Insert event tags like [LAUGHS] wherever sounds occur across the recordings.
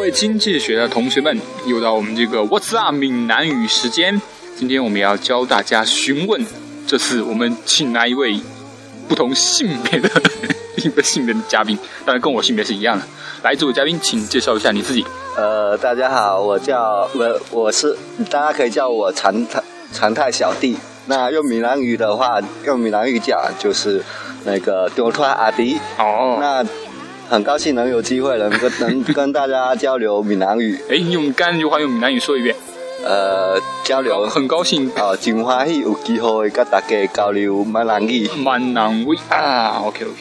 位经济学的同学们，又到我们这个 What's Up 闽南语时间。今天我们要教大家询问，这次我们请来一位不同性别的 [LAUGHS] 一个性别的嘉宾，当然跟我性别是一样的。来，这位嘉宾，请介绍一下你自己。呃，大家好，我叫我我是，大家可以叫我常态常态小弟。那用闽南语的话，用闽南语讲就是那个丢川阿迪。哦，那很高兴能有机会能跟 [LAUGHS] 能跟大家交流闽南语，哎，用干句话用闽南语说一遍。呃，交流很高兴，哦，真欢喜有机会跟大家交流闽南语。蛮难为啊。OK OK。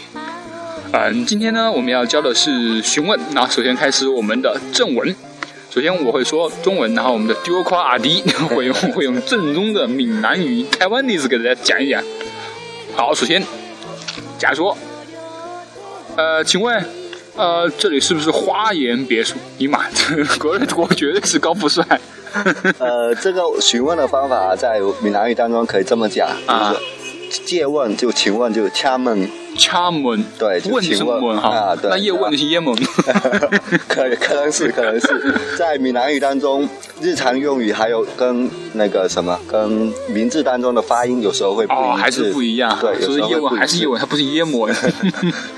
嗯，今天呢，我们要教的是询问。那首先开始我们的正文。首先我会说中文，然后我们的丢夸阿迪 [LAUGHS] 会用会用正宗的闽南语台湾历史给大家讲一讲。好，首先，假说，呃，请问，呃，这里是不是花园别墅？尼玛， [LAUGHS] 这国人我绝对是高富帅。 [LAUGHS] 呃，这个询问的方法在闽南语当中可以这么讲，啊就是借问就请问就掐问。掐门，对就问请什么问门哈？啊对那叶问的是叶门。 [LAUGHS] 可可能是可能是在闽南语当中，日常用语还有跟那个什么，跟名字当中的发音有时候会不一致，哦，还是不一样，对，有所时以候叶会不问一还是致叶。问，它不是啊耶摩。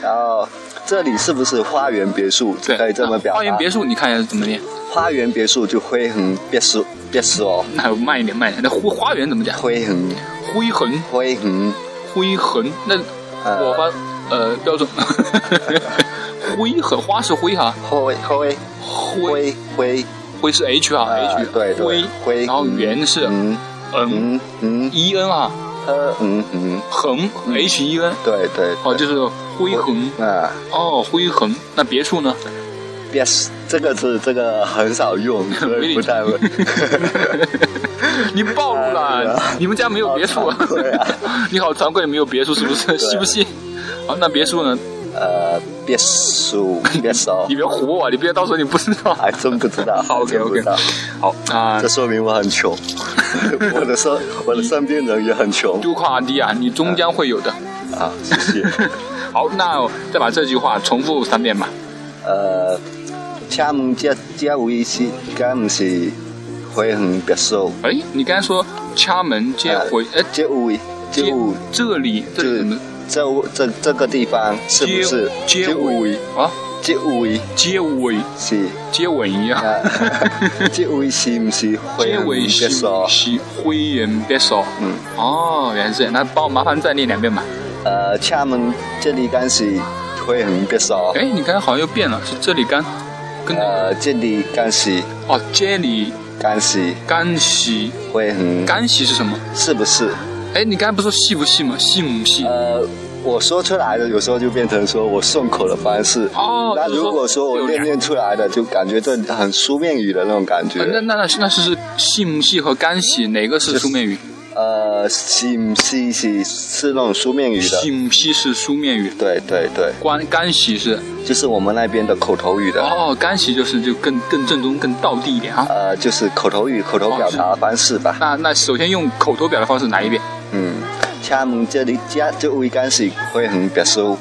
然后这里是不是花园别墅？ [LAUGHS] 对，可以这么表达。花园别墅，你看一下怎么念？花园别墅就灰痕别墅别墅哦，那我慢一点，慢一点。那花花园怎么讲？灰痕灰痕，灰痕灰痕。那呃我发呃标准， [LAUGHS] 灰痕花是灰哈，灰灰灰灰灰灰是 H 哈呃，H 对对灰灰然后圆是嗯嗯嗯嗯 E N 哈，呃嗯嗯，横 H E N 对对哦，就是灰痕啊。哦，灰痕。那别墅呢？ Yes，这个字这个很少 [LAUGHS] 用，所以不太会。你暴露哎了呀，你们家没有别墅好惭愧啊 [LAUGHS] 你好惭愧，没有别墅是不是？信不信？好，那别墅呢？呃，别墅，[LAUGHS] 别墅你，别唬我，你别到时候你不知 [LAUGHS] 道。还真不知道，还，OK 真不 OK 知道。。好啊这，说明我很穷， [LAUGHS] 我的身我的身边人也很穷丢夸阿迪啊，你终将会有的。 [LAUGHS] 啊，谢谢。好，那再把这句话重复三遍吧。呃，请问这这位是敢不是花园别墅？啊哎，你刚才说掐门接回，哎，这位这接位这里这里这怎么这这这个地方是不是接接位尾啊？这位接尾是接尾一样。啊， [LAUGHS] 这位是不是花结园尾别是墅？是灰人别墅。嗯，哦，原来是这样。那帮我麻烦再念两遍吧。呃，请问这里干是灰很别墅？哎，你刚才好像又变了，是这里干跟呃，这里干是哦，这里干是干洗灰很，干洗是什么？是不是？哎，你刚才不是说细不细吗？细母细。呃，我说出来的有时候就变成说我顺口的方式。哦那就是说如果说我有练两练出来的，就感觉这很书面语的那种感呃那觉。那那是那是是细母细和干洗哪个是书面语？呃，是不是是是那种书面语细的？母细是书面语，对对对，关干洗是就是我们那边的口头语的。哦，干洗就是就更更正宗、更道地一点啊。呃，就是口头语、口头表达的方式吧。那那首先用口头表达方式来一遍嗯，请问这里这这位干是灰很别墅？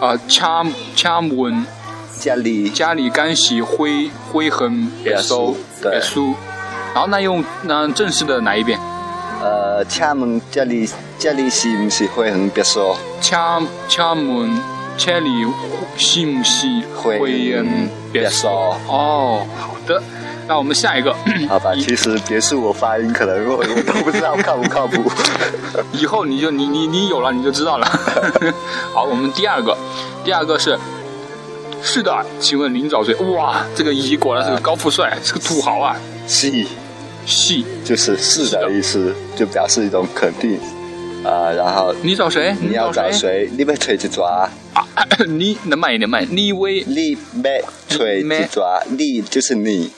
啊，掐掐门。这里家里干洗灰灰痕别收别墅对别墅，然后那用那正式的来一遍，呃，请问这里这里是不是花园别墅？敲敲门家里是不是灰痕别收？哦，好的，那我们下一 [COUGHS] 个，好吧，其实别墅我发音可能我我都不知道靠不靠谱。以后你就你你你有了你就知 [LAUGHS] 道了。好，我们第二个，第二个是。是的，请问您找谁？哇，这个乙果然是个高富帅，是个土豪啊！是，系，就是是的意思，就表示一种肯定。啊、然后你找谁？你要找？谁？你要找一抓，啊、 [COUGHS] 你能慢一点，慢一点。你为你要找一抓，你就是你，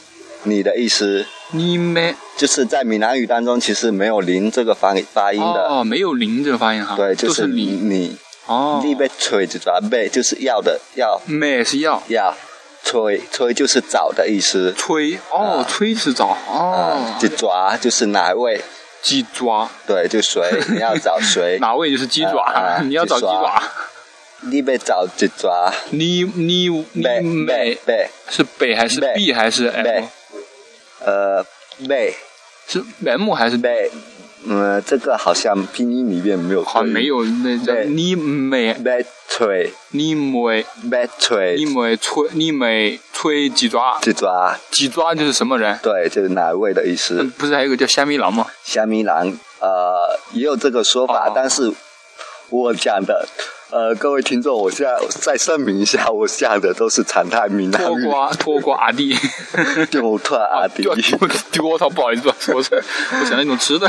你的意思。你们就是在闽南语当中，其实没有“零”这个发发音的，哦，没有零这个发音哈，对，就就是零你，哦。你被吹就抓被，就是要的要美是要要，吹吹就是找的意思，吹哦，吹是找哦啊，，就抓就是哪位，鸡爪对，就谁你要找谁，哪位就是鸡啊爪，啊 [LAUGHS] 你要找鸡鸡爪爪你要找一抓，你你你贝贝美贝，是北还是贝 B 还是 M？贝呃贝是 M 还是 B？贝，嗯，这个好像拼音里面没有，好像没。有那叫贝你美贝吹你美贝吹你，美吹你美吹几抓？这抓，几抓就是什么人？对，就是哪位的意思。嗯不是还有一个叫虾米郎 [LAUGHS] 吗？虾米郎，呃，也有这个说法，哦但是我讲的，呃，各位听众，我现在再声明一下，我讲的都是常态闽南脱语，瓜脱瓜阿弟，就啊特阿迪 [LAUGHS] 丢，丢我操！不好意思，我 [LAUGHS] 是我想到一种吃的。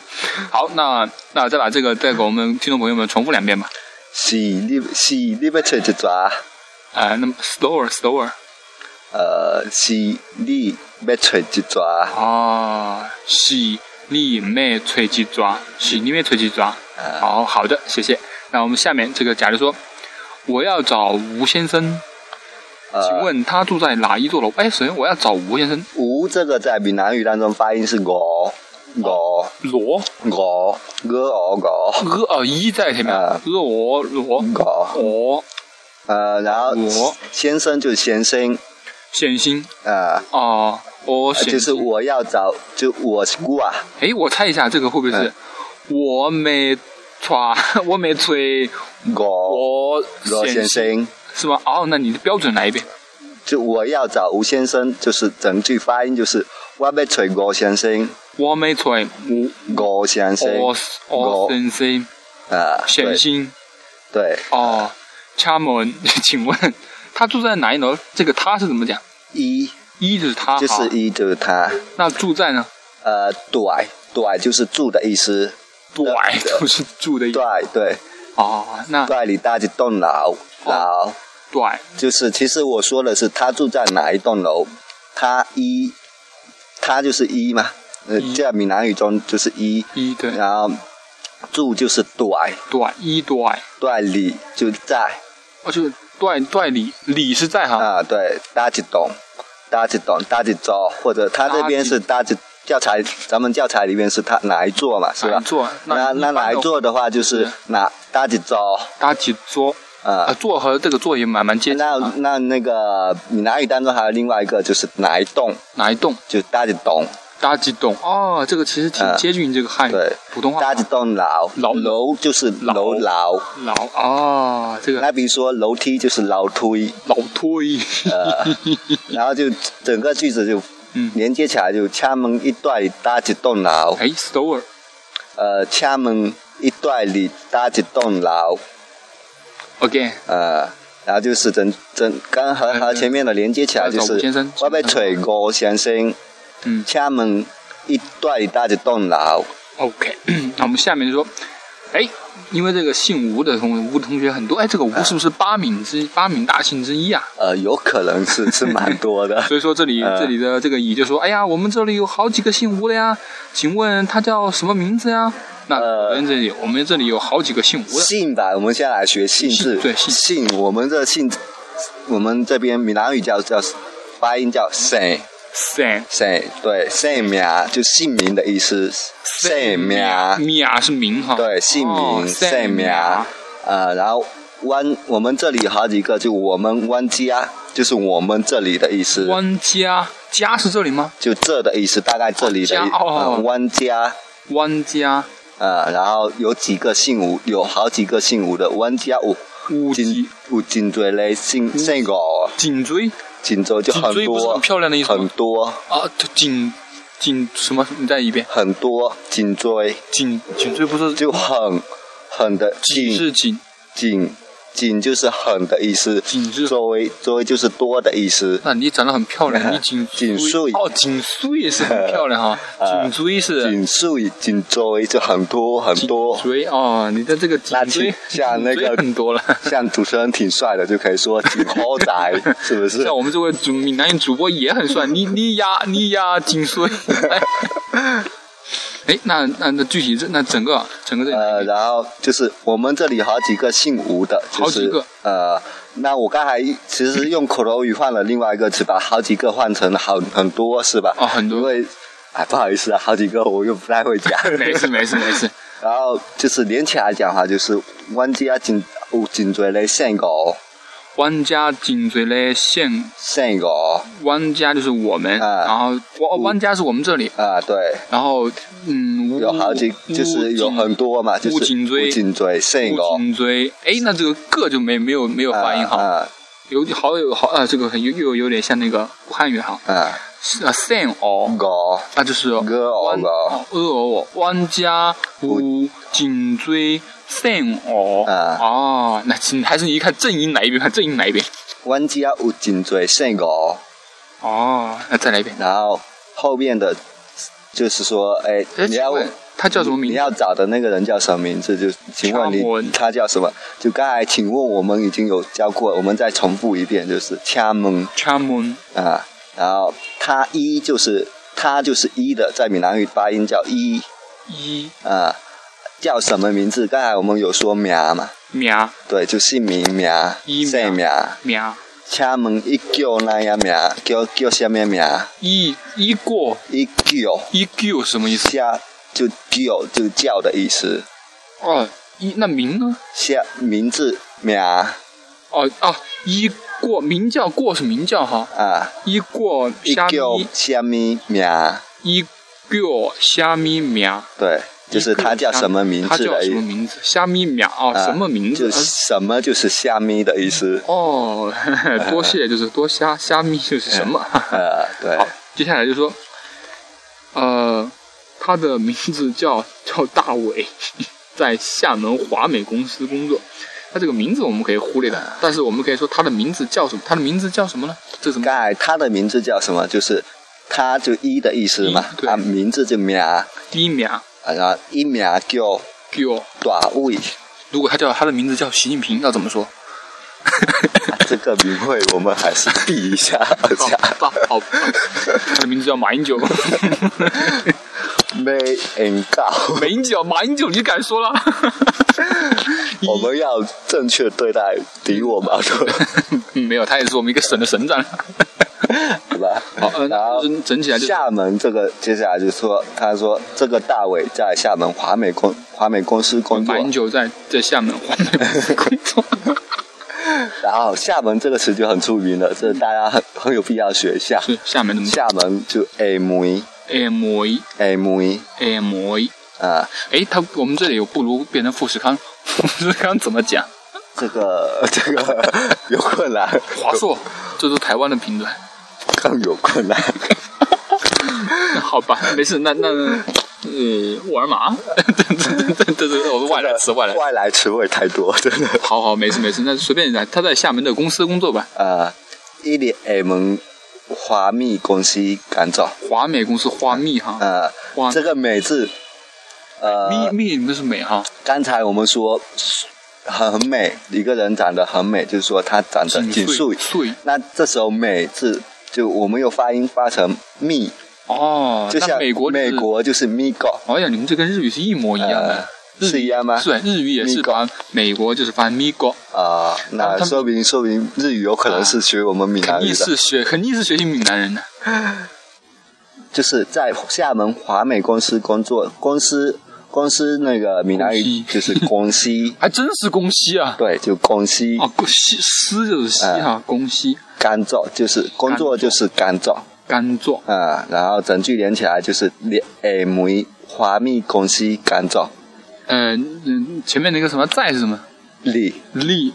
[LAUGHS] 好，那那再把这个再给我们听众朋友们重复两遍吧。是你是你要吹一抓，啊，那么 slower slower 呃，是你要吹一抓，哦，是你妹吹鸡抓，是你妹吹鸡抓。好好的，谢谢。那我们下面这个，假如说我要找吴先生，请呃，问他住在哪一座楼？哎，首先我要找吴先生，吴这个在闽南语当中发音是我哦我罗我我我呃呃一在前面，啊呃我罗哦我，我呃，然后我先生就是先生，显心呃。哦，我呃就显是心。我要找，就我是姑啊，哎，我猜一下，这个会不会是嗯我没抓， [LAUGHS] 我没吹，我我罗显先心生，是吗？哦，那你的标准来一遍。就我要找吴先生，就是整句发音就是我要找吴先生，我没吹，我吴先生，我我我先生啊，显对心对，哦，敲门， [LAUGHS] 请问他住在哪一楼？这个他是怎么讲？一一就是他，就是啊好。一就是他，那住在呢？呃，对对就是住的意思，对， [LAUGHS] 就是住的意思对。对哦，那对，你搭一栋楼，哦楼对就是其实我说的是他住在哪一栋楼，他一，他就是一嘛，呃一，在闽南语中就是一，一对然后住就是对对一对，对里就在。哦就是对对里里是在哈。啊，对，搭几栋，搭几栋，搭几座，或者他这边是搭几教材，咱们教材里面是他哪一座嘛，是哪吧一？座那那那哪一座的话，就是是哪搭几座搭几桌？啊，啊？坐和这个坐也蛮蛮接近那啊。那那个闽南语当中还有另外一个，就是哪一栋哪一栋？就搭几栋，搭几栋？哦，这个其实挺啊接近这个汉语对普通话搭几栋楼，楼楼就是楼楼。老哦，这个那比如说楼梯就是楼梯，老推。呃，然后就整个句子就嗯连接起来，就敲门一对搭几栋楼。 [LAUGHS] 哎，store 呃，敲门一段里搭一栋楼， again，呃，然后就是整整跟和和前面的连接起来，就找吴是哎先生我被吹过先生，嗯敲门一段里搭一栋楼， ，OK。那我 [CLEARS THROAT] 们下面就说，哎，因为这个姓吴的同吴的同学很多，哎，这个吴是不是八闽之八闽大姓之一啊？呃，有可能是是蛮多的， [LAUGHS] 所以说这里呃这里的这个乙就说，哎呀，我们这里有好几个姓吴的呀，请问他叫什么名字呀？那呃我们这里我们这里有好几个姓吴的，姓吧，我们先来学姓姓字，对姓姓，我们这姓，我们这边闽南语叫叫发音嗯叫姓。姓姓对姓名啊就姓名的意思，姓名米啊是名哈，对，姓哦名、姓名，啊呃，然后湾，我们这里有好几个，就我们湾家，就是我们这里的意思，汪家家是这里吗？就这的意思，大概这里的哦意家哦呃湾家，汪家呃，然后有几个姓吴，有好几个姓吴的湾家吴。吴锦几有锦州嘞，姓姓吴，颈椎锦州就很颈椎不是多，很漂亮的意思吗很多啊，这颈颈什么？你再一遍，很多锦州颈颈椎不是就很很的颈锦是颈锦锦就是很的意思，锦是周围周围就是多的意思。那你长得很漂亮，你 [LAUGHS] 颈颈椎哦，颈椎是很漂亮 [LAUGHS] 哈，呃颈椎是颈树、颈椎就很多很多颈，椎哦，你的这个颈那椎挺像那颈椎个很多了。像主持人挺帅的，就可以说挺豪宅，是不 [LAUGHS] 是像？我们这位主闽南语主播也很帅，你你呀你呀颈椎，哎 [LAUGHS] 哎，那那那具体这那整个整个这呃，然后就是我们这里好几个姓吴的，就好几是个呃，那我刚才其实用口头语换了另外一个词，把好几个换成好很多，是吧？哦很多因为哎，不好意思啊，好几个我 [LAUGHS] 又不太会讲。没事没事没事，啊然后就是连起来讲的话，就是湾家锦有真侪咧姓吴，玩家颈椎嘞县，姓吴玩家就是我们，啊然后玩玩家是我们这里，啊，对，然后嗯，吴有好几吴就是有景很多嘛，就是吴颈椎吴颈椎吴姓吴，颈椎，哎，那这个个就没没有没有发音好，啊有好有好啊，这个很又又有点像那个汉语哈，啊啊，啊，san 哦，吴那就是鹅哦弯鹅哦鹅哦，弯家乌颈椎 san 哦，啊哦，那你还是你看正音哪一边，看正音哪一边，阮家有真侪姓吴，哦，那再来一遍，然后后面的就是说，哎，哎，你请要问他叫什么名你字？要找的那个人叫什么名字？就请问掐门你他叫什么？就刚才请问我们已经有教过，我们再重复一遍，就是掐门掐门啊。然后他一就是他就是一的，在闽南语发音叫一一啊，叫什么名字？刚才我们有说名嘛，名对，就姓名名一、名姓名。名请问一叫哪样名？啊叫叫什么名？啊一一过一叫一，E q 什么意思？下就叫就叫的意思，哦，一那名呢？下名字名啊哦哦，一过名叫过是名叫哈，啊。一过一虾叫米虾米名，一过虾米名，对，就是他叫什么名他字叫的什意么思。名字？虾米名哦，啊什么名字就？是什么就是虾米的意思。哦， [LAUGHS] 多谢就是多虾虾米就是什么？ [LAUGHS] 呃，对好，接下来就说，呃，他的名字叫 [LAUGHS] 叫大伟， [LAUGHS] 在厦门华美公司工作。他这个名字我们可以忽略的，但是我们可以说他的名字叫什么？他的名字叫什么呢？这怎么？刚才他的名字叫什么？就是他就一的意思嘛一。对啊，名字就名，啊，第一名然后一名叫叫，大卫，如果他叫他的名字叫习近平，要怎么说？啊这个名讳我们还是避一下而且 [LAUGHS] 好吧，好吧，他的名字叫马英九。 [LAUGHS] 没人告。马英九，马英九，你敢说了？ [LAUGHS] [LAUGHS] 我们要正确对待敌我矛盾，没有，他也是我们一个省的省长。 [LAUGHS] 对吧？ [LAUGHS] 好，嗯，然后整整起来就是厦门这个接下来就说，他说这个大伟在厦门华美公华美公司工作马，英九在在厦门华美公司工作。然后厦门这个词就很出名了，这大家很很有必要学一下。是厦门怎么讲厦门就 A 梅？M I A 梅 M I。啊，哎，他我们这里有不如变成富士康， [LAUGHS] 富士康怎么讲？这个 [LAUGHS] [LAUGHS] 这个有困难，华硕，这都台湾的评论。 [LAUGHS] 更有困难。好吧，没事，那那呃，沃尔玛，这这这这这我是外来词， [LAUGHS] 外来词。外来词汇太多，真的好好，没事没事，那随便来。他在厦门的公司工作吧，啊，伊里 A 门华密公司赶走。华美公司花蜜哈，呃哇，这个美字，蜜呃，蜜你们是美哈，刚才我们说很美，一个人长得很美，就是说他长得锦紧穗呃素。穗那这时候美字就我们又发音发成蜜，哦，就那像美国美就是，国就是 migo，哎呀，你们这跟日语是一模一样的，呃日语是一样吗是啊日语也是 Migo 把美国就是发咪国，啊、他那们啊说明说明日语有可能是学我们闽肯南语定的，是学肯定是学习闽南人的，就是在厦门华美公司工作，公司公司那个闽南公语司就是公司，还真是宫西啊，对，哎就公司哦，宫西西就是西哈，宫西干燥就是工作就是干燥。甘蔗，啊、然后整句连起来就是连诶梅华蜜公司干燥呃嗯，前面那个什么在是什么？李利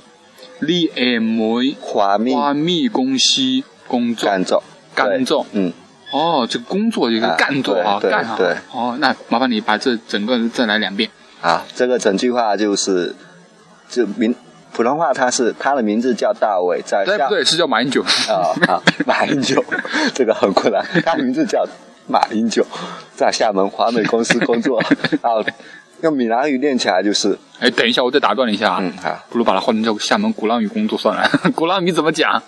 利 M 华蜜花蜜宫西工作干燥干燥对嗯，哦，这个工作一个啊干作啊，对对干啊对，哦，那麻烦你把这整个再来两遍。啊，这个整句话就是就名普通话，它是他的名字叫大伟，在对厦哎不对？是叫马英九。啊啊马英 [LAUGHS] 九，这个很困难，他名字叫马英九，在厦门华美公司工 [LAUGHS] 作，然后用闽南语念起来就是哎，等一下，我再打断你一下啊。嗯好，不如把它换成叫厦门鼓浪屿工作算了。 [LAUGHS] 鼓浪屿怎么讲？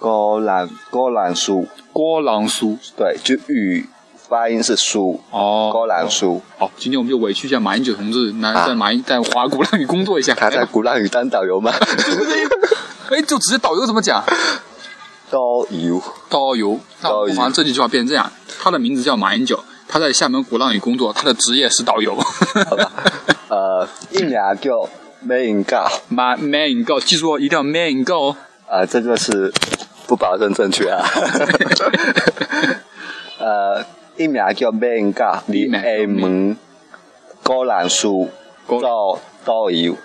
高朗高朗书，郭朗书。对，就语发音是书，哦，高朗书。好，今天我们就委屈一下马英九同志，那啊在马英在华鼓浪屿工作一下。他在哎鼓浪屿当导 [LAUGHS] 游吗？哎，就直接导游怎么讲？导游导游。那导游好像这句就要变成这样。他的名字叫马英九，他 [LAUGHS] 在厦门鼓浪屿工作，他的职业是导游。呃，一名叫没告马 man go，记住哦，一定要 man go [LAUGHS] 哦。啊，这个是不保证正确 [LAUGHS] 啊。呃，一名叫咩噶，一你名叫咩厦门高兰书高做导游，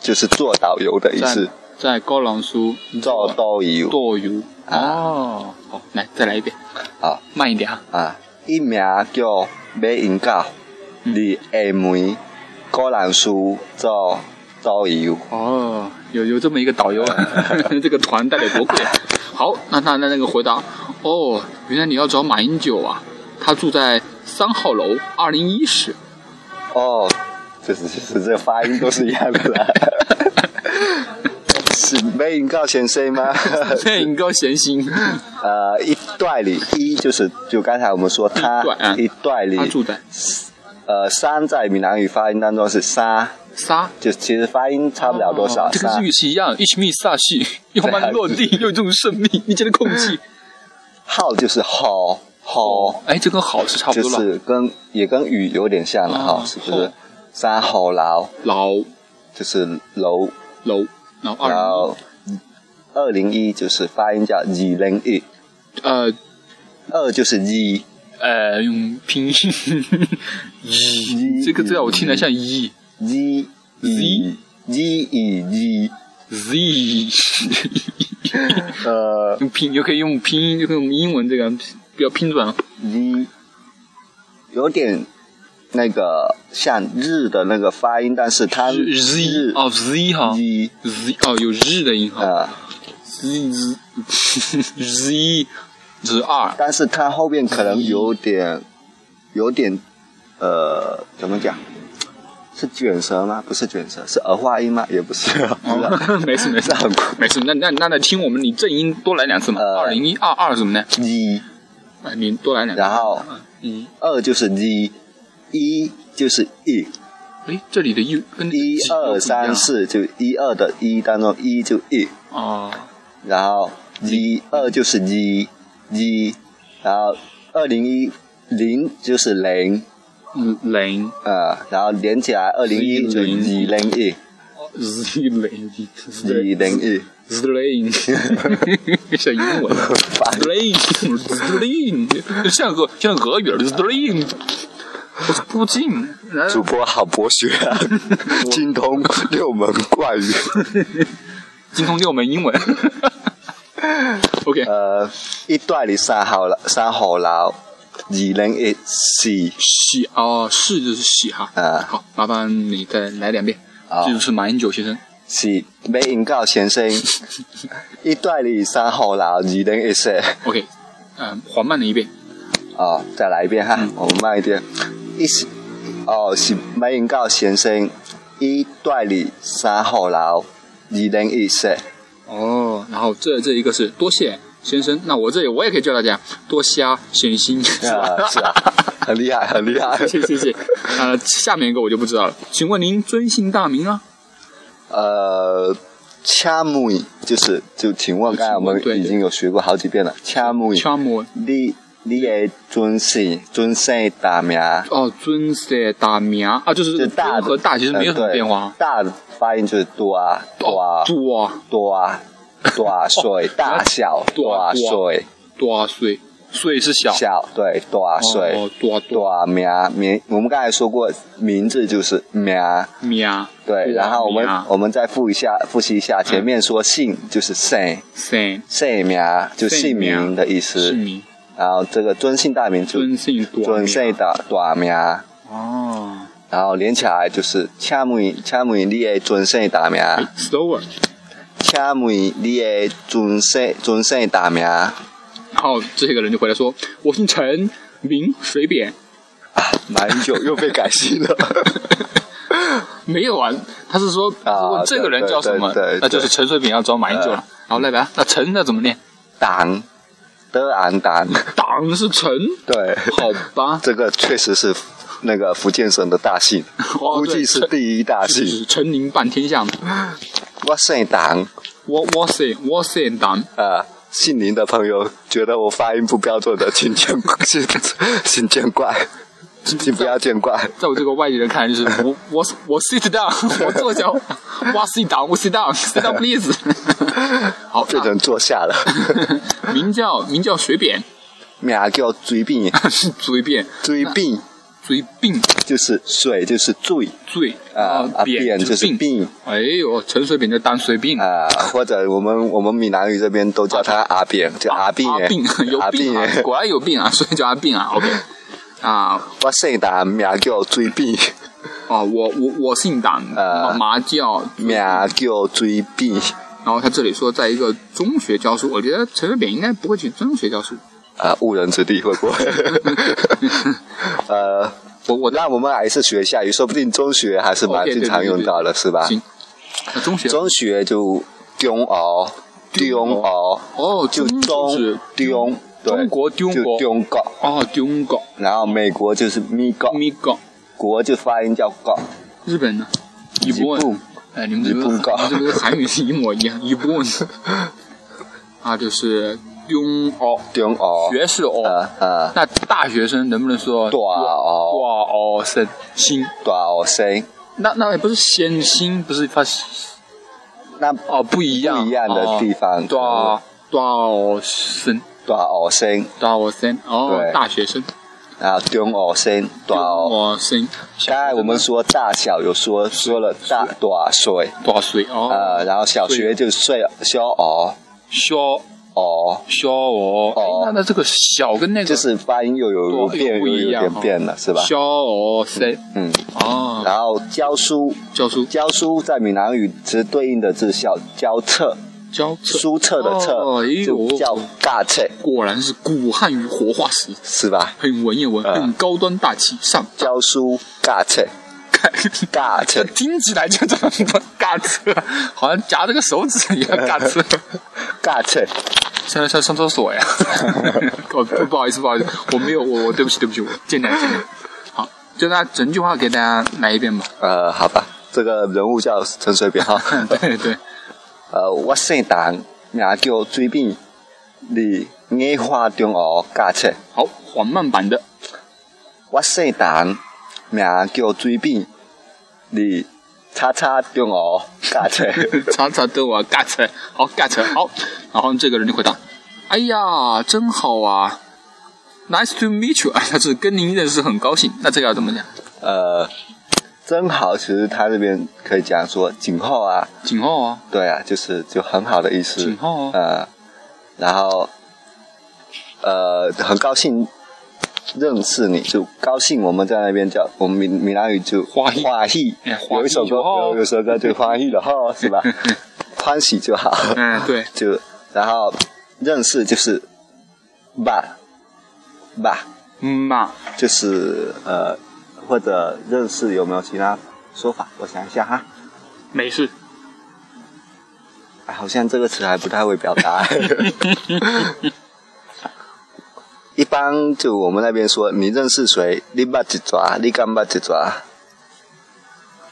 就是做导游的意在思，在高朗书做导游。舵游。啊哦，好，来再来一遍，好慢一点啊。啊，伊名叫马英九，伫厦门高兰书做导游。哦，有有这么一个导游，啊 [LAUGHS] 这个团带的多贵啊。好，那他的那个回答，哦，原来你要找马英九啊，他住在三号楼二零一 [LAUGHS] 室。哦，就是就是这个发音都是一样的啦。 [LAUGHS] 是马英九先生吗？ [LAUGHS] 那你够闲心，呃，一段里一就是就刚才我们说他一段啊一段里他住在呃，三在闽南语发音当中是沙，沙。就其实发音差不了多少。哦这跟沙日语是一样，一起密萨系， [LAUGHS] 要慢落地，又重生命，你间的空气。号就是吼吼，，哎，这跟好是差不就多了。是跟也跟雨有点像了哈、哦是不是吼？沙吼劳老就是楼，楼，然后然二后二零一就是发音叫二零一，呃二就是一，呃用拼音， [LAUGHS] 咦，这个字啊我听着像一一一一一一， z。呃， [LAUGHS] 用拼，也可以用拼音，就可以用英文这个比较拼准啊。一有点那个像日的那个发音，但是它日 z 日哦 z 哈一 z 哦有日的音哈啊。 z [LAUGHS] z z z 二 [LAUGHS] 但是它后面可能有点，有点，呃，怎么讲？是卷舌吗？不是卷舌，是儿化音吗？也不 [LAUGHS] 是，不知道哦，没事没事这很酷没事，那那那那听我们你正音多来两次嘛，呃二零一二二什么呢？一，哎，你多来两次。嗯然后一，二就是一，一就是一，哎，这里的一跟一几又不二样三四就一二的一当中一就一，哦，然后一二就是一，一，然后二零一零就是零，零呃，然后连起来二零一就零二零一， z 零二 z 零一。 z 零， [LAUGHS] 像英文。z 零 z 零，像个像俄语了 z 零，不进。然后主播好博学 [LAUGHS] 啊，精通六门外语。精通六门英文。OK，呃，一段里三好了，三好了，二零一四喜哦，是就是喜哈。啊好，麻烦你再来两遍。好这就是马英九先生。是梅英告先生。一段里三好了，二零一四 OK，嗯，缓慢了一遍。哦，再来一遍哈，我们慢一点。一是哦是梅英告先生，一段里三好了，二零一四。哦，然后这这一个是多谢先生，那我这里我也可以教大家多虾先心，是吧？啊，是 [LAUGHS] 啊，很厉害，很厉害。 [LAUGHS] 谢谢谢谢。呃，下面一个我就不知道了，请问您尊姓大名啊？呃，掐木就是就请问，刚才我们对对已经有学过好几遍了。掐木，敲门你你的尊姓尊姓大名？哦，尊姓大名啊，就是这个就大尊和大其实没有什么呃对变化。大的发音就是多啊多啊哦，多啊多啊多 [LAUGHS] 啊岁大小多多啊啊岁多啊岁，岁是小，小对多啊哦岁多啊多多啊名名，我们刚才说过名字就是名。名啊，对，多啊然后我们名啊我们再复一下，复习一下前面说姓就是姓，姓姓名就姓名的意是思，名，然后这个尊姓大名就尊姓多啊尊名姓的大名，哦然后连起来就是请问请问你的尊姓大名，啊哎，slower，请问你的尊姓尊姓大名，啊然后这个人就回来说，我姓陈，名水扁。 [LAUGHS] 啊马英九又被改姓了，没有啊，他是说，啊如果这个人叫什么对对对，那就是陈水扁要找马英九了。然后赖白，那陈那怎么念？ [LAUGHS] 党的昂党，党是陈，对，好吧？这个确实是那个福建省的大姓，哦 [LAUGHS] 估计对是陈第一大是姓。是陈宁半天下嘛。我姓党，我我姓我姓党，啊，姓 [LAUGHS] 林的朋友觉得我发音不标准的，请见请请见怪。请不要见怪。在我这个外地人看来，就 [LAUGHS] 是我我我 sit [LAUGHS] down，我坐下，哇 sit down，我 sit down，sit down please。好，变成坐下了，那名叫名叫水 [LAUGHS] 扁， [LAUGHS] 名叫追病，嘴扁，追病嘴病就是水，就是醉嘴啊啊，扁变就是病。病哎呦，陈水扁就当水病，啊，或者我们我们闽南语这边都叫他阿扁，叫阿扁阿耶病 [LAUGHS] 有阿病啊，耶果然有病啊，所以叫阿病啊。OK，啊，我姓党名叫追病，哦，我我我姓党，啊呃麻叫，名叫追病然后他这里说在一个中学教书，我觉得陈水扁应该不会去中学教书。啊，误人子弟会 [LAUGHS] 不会？ [LAUGHS] 呃，我我那我们还是学一下，也说不定中学还是蛮哦对对经常对对用到的，是吧？行，那中学啊中学就中熬，中熬哦，就中中是中，对中国中就国中国，哦，中国、然后美国就是美国，美国、国就发音叫国，日本呢？日日本本，哎，你们这个日本搞你们这个跟韩语是一模一样，日 [LAUGHS] 本啊，就是中哦，中熬，学士哦。呃呃，那大学生能不能说大熬哇哦，是新？大熬生，那那也不是先新，不是发那哦，不一样，哦不一样的地方多多生大熬生，多生哦，对大学生然后中熬生，大熬。多生，刚才我们说大小有说说了大大水，多岁哦，呃，然后小学哦就睡小熬小熬，小哦，哦哎那那这个小跟那个就是发音又有有对变哦不又一有样点哦变了，是吧？小哦生嗯，哦，然后教书教书教书在闽南语其实对应的字叫教册，教书册的册、哦哎呦就叫尬册，果然是古汉语活化石，是吧？很文言文，啊很高端大气，上教书尬册，看。 [LAUGHS] 尬这册听起来就这么多嘎车， [LAUGHS] 好像夹着个手指一样嘎车。 [LAUGHS] [LAUGHS] 尬册，现在上上厕 [LAUGHS] 所呀！哦，不不好意思，不好意思，我没有，我我对不起，对不起，我见谅见谅。好，就那整句话给大家来一遍吧。 [LAUGHS] 呃，好吧，这个人物叫陈水扁哈。对对，呃，我姓陈，名叫水扁，伫艺华中学教册。好，缓慢版的 [LAUGHS] 我姓陈，名叫水扁，伫叉叉中学教册。查查的我嘎车，好嘎车，好。然后这个人就回答：“哎呀，真好啊，Nice to meet you。”哎， [LAUGHS] 他是跟您认识很高兴。那这个要怎么讲？呃，真好，其实他这边可以讲说景后啊，井号啊，对啊，就是就很好的意思。井号啊，呃，然后呃，很高兴认识你，就高兴。我们在那边叫我们闽闽南语就欢喜欢喜哎欢喜有一首歌就好有有首歌就欢喜的哈，[LAUGHS] 是吧？欢喜就好，嗯，对，就然后认识就是吧吧，嗯嘛，就是呃或者认识有没有其他说法？我想一下哈。没事。哎好像这个词还不太会表达。 [LAUGHS] 一般就我们那边说，你认识谁？你把几抓？你干把几抓？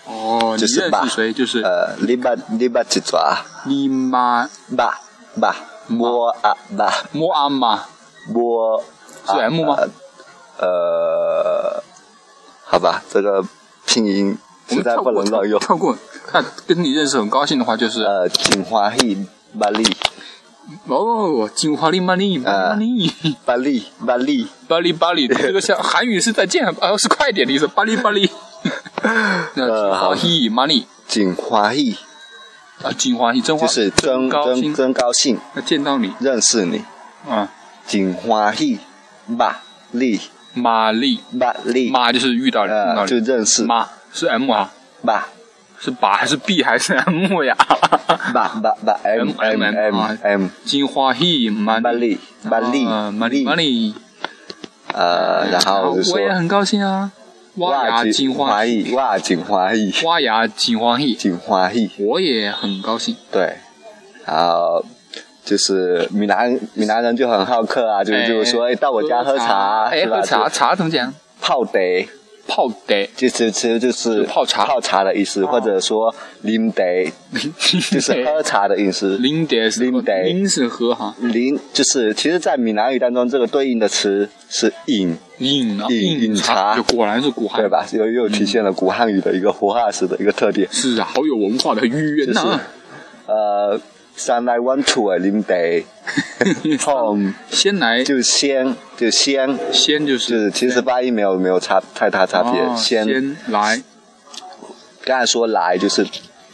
哦，你就是认吧识谁？就是呃，你把你把几抓？你妈把把摸啊把摸阿妈，摸啊。是 M 吗？呃，好吧，这个拼音我实们在跳不过能乱用。跳过。那跟你认识很高兴的话，就是呃，锦花戏巴利哦，金花丽玛丽玛呃丽巴利巴利，巴黎巴 [LAUGHS] 黎，这个像韩语是再见，啊，是快点的意思，巴黎巴黎。那金花呃好丽玛丽锦花戏啊，金花丽真花就是真高兴真，真高兴那见到你认识你。啊，真欢喜，捌你玛丽捌你，妈就是遇到你，碰到嗯呃，就你认识妈是 M 啊，捌是把还是 B 还是 M 呀？ [LAUGHS] 捌捌捌 M M- M M- 啊 M M 金花丽玛捌丽啊你捌你玛丽玛丽。呃，然后我就说我也很高兴啊，挖牙金花欢喜，喜，哇真欢喜，挖牙金花喜，真欢喜，我也很高兴。对，然后。就是闽南闽南人就很好客啊，就哎就说哎到我家喝茶，哎是吧喝茶，就茶怎么讲？泡茶，泡得就是其实就是泡茶哦泡茶的意思，或者说林得，就 [LAUGHS] 是喝茶的意思。林得是林得林是喝哈，林就是，其实，在闽南语当中，这个对应的词是饮，饮啊饮饮茶，茶就果然是古汉对吧？又又体现了古汉语的一个活化石的一个特点。是啊，好有文化的语言呐、呃，三来弯土的林得 [LAUGHS] 嗯，home 先来哦就先就先，先就就是是哎其实发音没有没有差太大差别，哦先先来刚才说来就是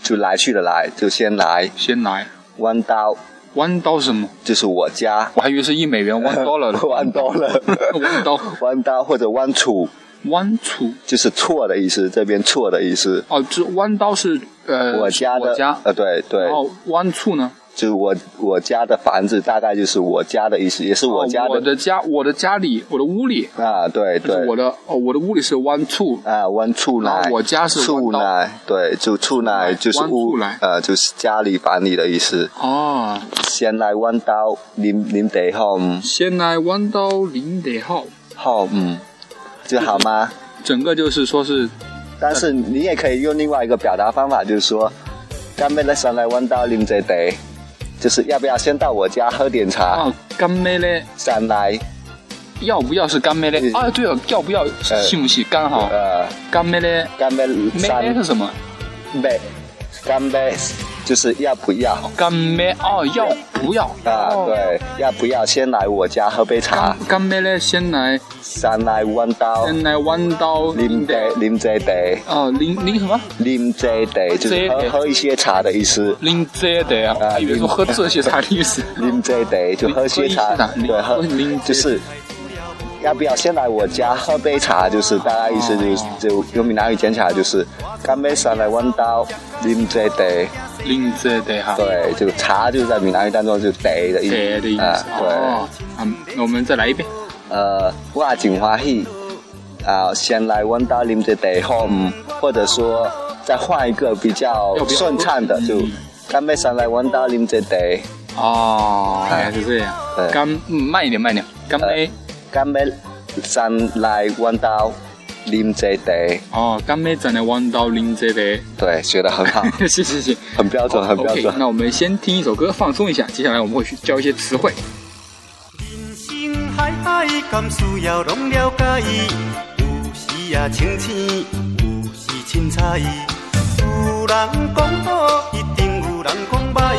就来去的来，就先来先来弯刀弯刀是什么？就是我家我还以为是一美 [LAUGHS] 元弯刀了弯刀了，弯刀 [LAUGHS] 弯刀或者弯杵弯楚就是错的意思，这边错的意思。哦，这弯刀是呃我家的我家，哦呃对对，然后弯处呢？就是我我家的房子大概就是我家的意思，也是我家哦我的的家，我的家里，我的屋里，啊对就是对我的哦，我的屋里是弯处，啊弯处然后奶，我家是处弯刀奶对就处奶就是弯屋处奶呃就是家里房里的意思。哦，先来弯刀，您您得 home 先来弯刀零得号， home 嗯就好吗？整个就是说是但是你也可以用另外一个表达方法，就是说，干杯了上来弯刀林这得，就是要不要先到我家喝点茶？啊，干妹嘞，上来，要不要是干妹嘞？嗯啊，对了，要不要呃信不信？干好，呃，干妹嘞，干杯妹上嘞是什么？杯，干杯，就是要不要干妹哦，要不要？啊？哦，对，啊要不要先来我家喝杯茶？干妹嘞，先来上来弯刀，先来弯刀林这嗯林这得，哦，零零什么？林这得就是这得喝喝一些茶的意思。拎这的呀，啊我还以啊哎为说喝这些啥的意 [LAUGHS] 思。林这得就喝些茶，林对，喝林就是要不要先来我家喝杯茶？就是大概意思就是哦就用闽南语讲起来就是干杯上来弯刀，林这得，拎这的哈，对，就茶就是在闽南语当中就得的意这的意思。思，啊，对，哦，嗯，那我们再来一遍。呃，我真欢喜啊，先来弯刀林这得喝，嗯，或者说再换一个比较要不要顺畅的，就嗯干杯上来弯刀林这得，哦，原来是这样。对干，嗯慢一点，慢一点。干杯，干杯上来弯刀林这得。哦，干杯，咱来弯刀拎这的。对，学的很好， [LAUGHS] 是是是，很标准，很哦标 OK，准。那我们先听一首歌放松一下，接下来我们会去教一些词汇。人生海海，甘需要拢了解？有时啊清醒，有时凊彩。有人讲好，一定有人讲歹。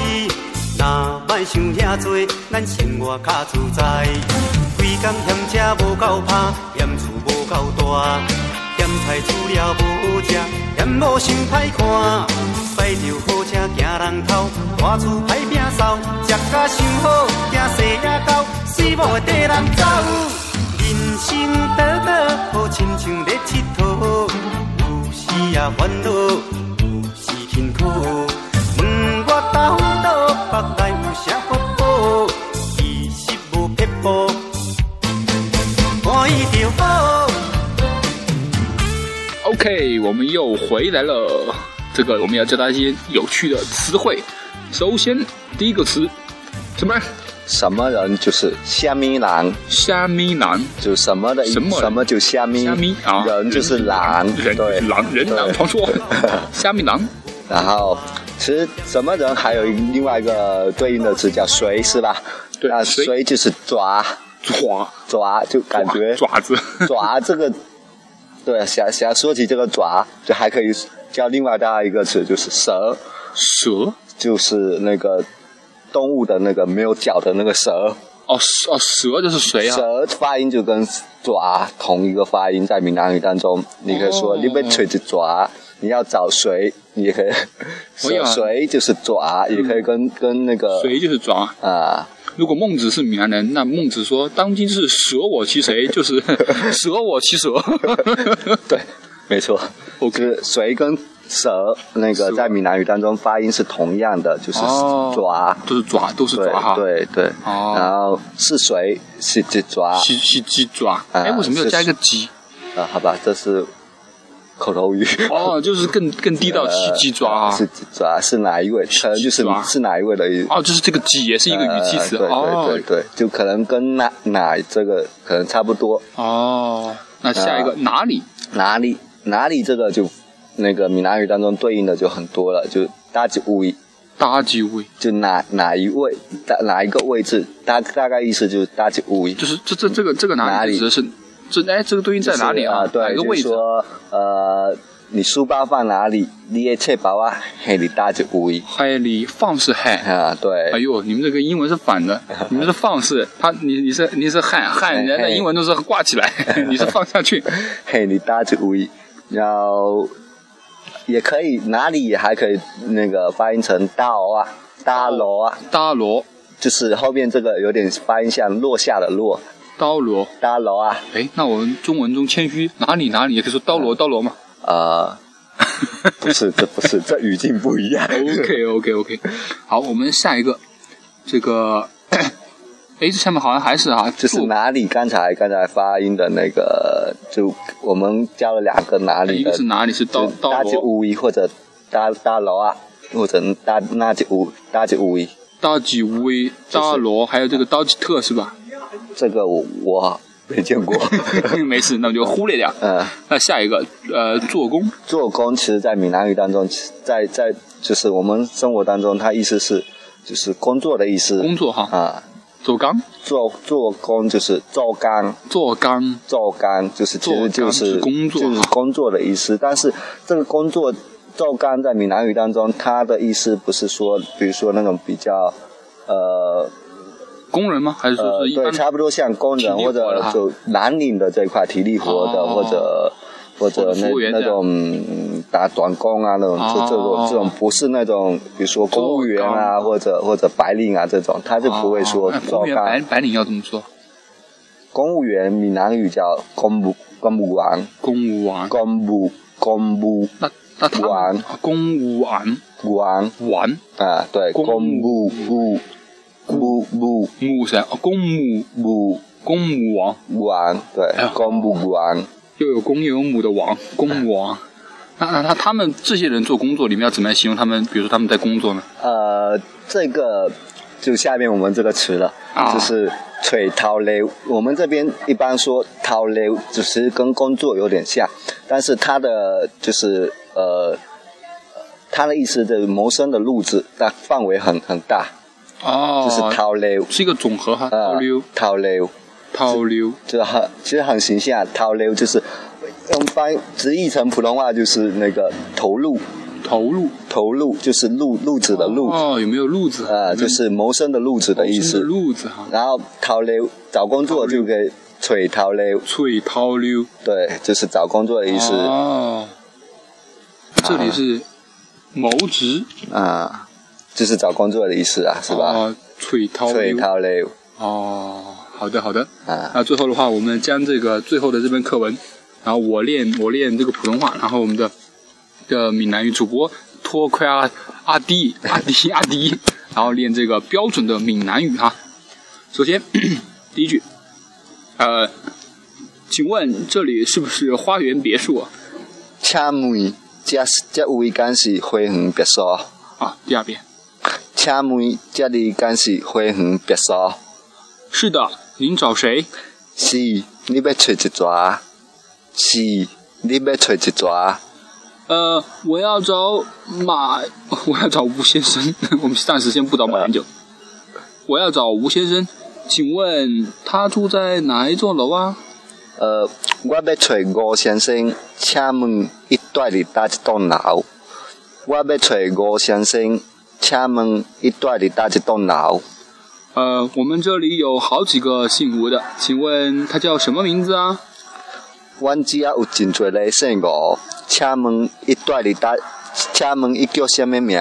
若莫想遐多，咱生活较自在。规工嫌车无够拍，嫌厝无够大，嫌菜煮了无好食，嫌某想歹看。驶着好车行人头，大厝歹摒扫，食甲想好，惊世也到，死某会跟人走。人生短短，好亲像咧佚佗，有时也烦恼，有时辛苦。问我到倒，腹内有啥福报？其实无撇步，欢喜就好。 OK，我们又回来了。这个我们要教大家一些有趣的词汇。首先，第一个词，什么？什么人就是虾米狼，虾米男，就什么的什么人什么就虾米，虾米啊，人就是狼，人就是对狼，人狼对传 [LAUGHS] 说，虾米狼然后其实什么人还有另外一个对应的词叫谁是吧？对那谁谁就是爪爪爪，就感觉爪子，爪这个，对，想想说起这个爪，就还可以叫另外大家一个词，就是蛇，蛇就是那个动物的那个没有脚的那个蛇。哦蛇哦蛇就是谁啊？蛇发音就跟爪同一个发音，在闽南语当中，你可以说哦你被锤子爪，你要找谁，你也可以， [LAUGHS] 我有蛇啊 [LAUGHS] 谁就是爪，也可以跟跟那个谁就是爪。啊，如果孟子是闽南人，那孟子说：“当今是舍我其谁，就是 [LAUGHS] 舍我其蛇。对，没错，就是谁跟蛇那个蛇在闽南语当中发音是同样的，就是哦爪，” [LAUGHS] 都是爪，都是对爪哈。，对对，哦然后是谁是只爪西西鸡爪。哎，为什么要加一个鸡？啊？好吧，这是口头语。哦，就是更更地道，西鸡爪啊。 [LAUGHS] 呃是爪是哪一位？可能就是爪是哪一位的意思。哦，就是这个鸡也是一个语气词。呃哦对对对对，就可能跟哪哪这个可能差不多。啊哦，那下一个哪里？哪里哪里这个就那个闽南语当中对应的就很多了，就大几位，搭几位，就哪哪一位，大哪一个位置，大大概意思就是大几位，就是这这这个这个哪哪里里指的是？这哎，这个对应在哪里就是啊？哪对，个就位是置？说呃，你书包放哪里？你也确保啊，嘿，你大几位嗨里放是嗨。啊？对，哎呦，你们这个英文是反 [LAUGHS] 的，你们是放是，他你你是你是汉汉，人家的嘿英文都是挂起来， [LAUGHS] 你是放下去。嘿，你搭着位，然后也可以哪里也还可以那个发音成大楼啊、大楼啊，搭罗就是后面这个有点发音像落下的落，刀罗，大楼啊，哎，那我们中文中谦虚哪里哪里也可以说刀嗯罗刀罗嘛。呃， [LAUGHS] 不是，这不是，这语境不一 [LAUGHS] 样。OK OK OK，好， [LAUGHS] 我们下一个，这个， [CLEARS THROAT] 哎，这下面好像还是啊， [LAUGHS] 就是做哪里？刚才刚才发音的那个，就我们加了两个哪里啊一的个，是哪里是刀就刀搭着罗位或者搭搭楼啊，或者搭那就位搭着位。刀几威刀罗，还有这个刀几特是吧？ [LAUGHS] 这个我我没见过，没事，那我就忽略掉。嗯。那下一个，呃，做工做工其实，在闽南语当中，在在就是我们生活当中，它意思是就是工作的意思。工作哈，啊，做钢做做工就是做干，做钢做干就是其做实干就是是工作就是工作的意思。但是这个工作做干在闽南语当中，它的意思不是说，比如说那种比较呃工人吗？还是说呃，是一般对，差不多像工人体力或活的者哈就蓝领的这一块体力活的，哦或者或者服务员那这那样种嗯打短工啊那种，哦这这种这种不是那种，比如说公务员啊或者或者白领啊这种，他就不会说哦哎服务员做白干白领要怎么说？公务员闽南语叫公务公务员，公务员。公务公务那那他们啊公务员员员啊，对，公务公务务务务务是哦，公务务公务员员，对哎呀，公务员。又有公又有母的王，公务 [LAUGHS] 王。那那那他们这些人做工作，你们要怎么样形容他们？比如说他们在工作呢？呃，这个就下面我们这个词了，啊就是吹掏溜。我们这边一般说掏溜，只是跟工作有点像，但是它的就是呃，它的意思的谋生的路子，那范围很很大，哦，就是掏溜。是一个总和哈，掏呃溜，掏溜，掏溜，就很其实很形象，掏溜就是用翻直译成普通话就是那个投入，投入投入就是路路子的路，哦，有没有路子？呃，就是谋生的路子的意思。路子哈，然后逃溜找工作就给吹逃溜，翠掏溜对，就是啊找工作的意思啊、哦，这里是谋职啊就是找工作的意思啊，是哦吧？？翠掏吹溜逃溜哦，好的好的。啊，那最后的话，我们将这个最后的这篇课文，然后我练我练这个普通话，然后我们的的闽南语主播托快阿阿迪阿迪阿迪，然后练这个标准的闽南语哈。首先第一句，呃，请问这里是不是花园别墅啊？请问这这位敢是花园别墅？啊，第二遍，请问这里敢是花园别墅？是的，您找谁？是，你要找一撮？是，你要找一撮？呃，我要找马，我要找吴先生。 [LAUGHS] 我们暂时先不找马英九，我要找吴先生。请问他住在哪一座楼啊？呃，我要找吴先生，请问伊住伫叨一栋楼？我要找吴先生，请问伊住伫叨一栋楼？呃，我们这里有好几个姓吴的，请问他叫什么名字啊？阮遮有真侪个姓吴，请问伊住伫叨？请问伊叫什么名？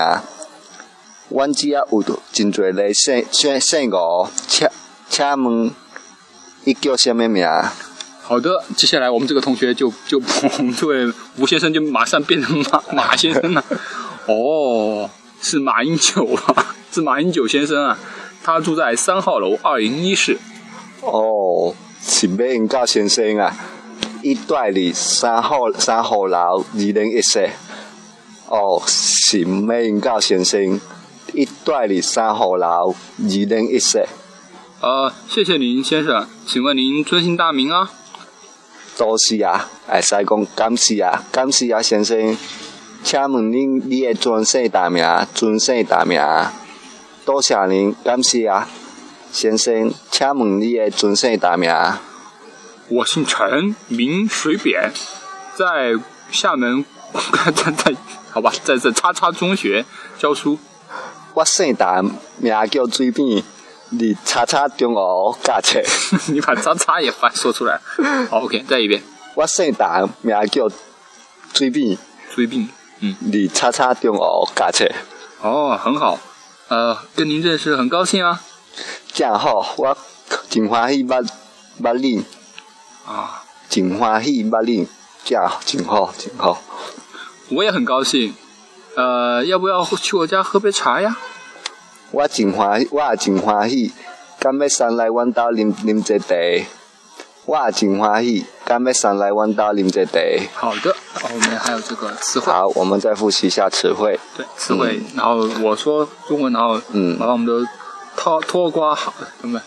阮遮有真侪个姓姓姓吴，请请问伊叫什么名？好的，接下来我们这个同学就就我 [LAUGHS] 们这位吴先生就马上变成 [LAUGHS] 马马先生了。哦，是马英九啊，是马英九先生啊，他住在三号楼二零一室。哦，是马英九先生啊，伊住伫三号三号楼二零一室。哦，是马英九先生，伊住伫三号楼二零一室。呃，谢谢您先生，请问您尊姓大名啊？多士啊，会使讲感谢啊，感谢啊先生。请问恁你的尊姓大名？尊姓大名？多谢您，感谢啊，先生。请问你的尊姓大名？我姓陈，名水扁，在厦门， [LAUGHS] 在在好吧，在在叉叉中学教书。 [LAUGHS] 我姓大，名叫水扁，伫叉叉中学教册。你把叉叉也翻说出 [LAUGHS] 来。好，OK，再一遍。我姓大，名叫水扁，追病，嗯，伫叉叉中学教册。哦，很好，呃，跟您认识很高兴啊。正好，我真欢喜捌捌你，啊，真欢喜捌你，正真好真好。我也很高兴。呃，要不要去我家喝杯茶呀？我真欢喜，我也真欢喜，敢要上来阮兜啉啉一茶。我也真欢喜，敢要上来阮兜啉一茶。好的，哦，我们还有这个词汇，好，我们再复习一下词汇。 [LAUGHS] 对词汇。然后我说中文，然后嗯然后我们都脱脱瓜，什么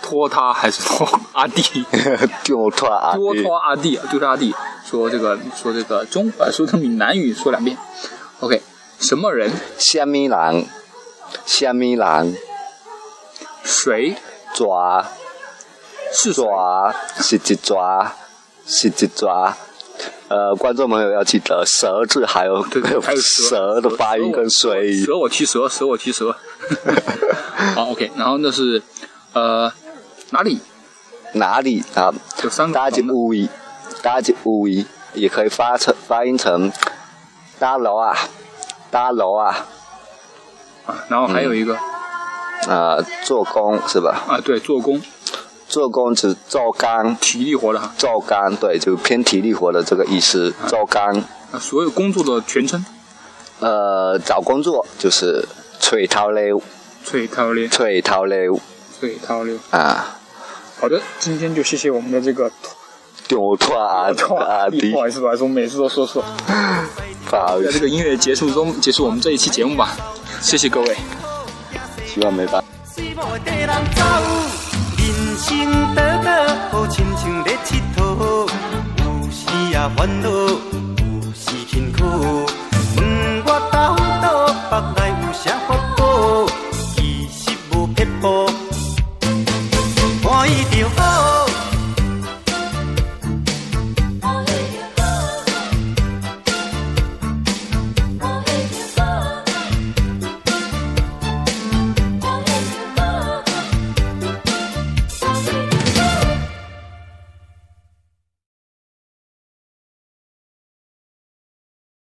拖他还是拖阿弟？丢拖 [LAUGHS] 阿多弟，拖阿弟，就是阿弟说这个说这个中呃说他闽南语说两遍。OK，什么人？虾米人？虾米人？谁蛇是谁蛇？是一蛇，是一蛇。呃，观众朋友要记得“蛇”字还有对对，还有 [LAUGHS] 蛇的发音跟水音。蛇我骑蛇，蛇我骑蛇。 [LAUGHS] 好，OK，然后那是呃哪里哪里啊？有三个搭一城呢？乌伊，搭一乌伊也可以发成发音成搭楼啊，搭楼啊，嗯啊，然后还有一个、呃，做工是吧？啊，对，做工，做工指做工，体力活的哈，做工对，就偏体力活的这个意思。做工，啊所有工作的全称。呃，找工作就是找头路，翠涛溜，找头路翠涛溜。啊，好的，今天就谢谢我们的这个丢拖 [LAUGHS] 啊啊弟，的不，好意思，不好意思，我每次都说错。不好意在这思，个音乐结束中，结束我们这一期节目吧，谢谢各位。希望没办。水某地人走，人生短短，好亲像咧佚佗。有时也烦恼，有时辛苦。问我到底腹内有啥法宝？其实无撇步，欢喜就好，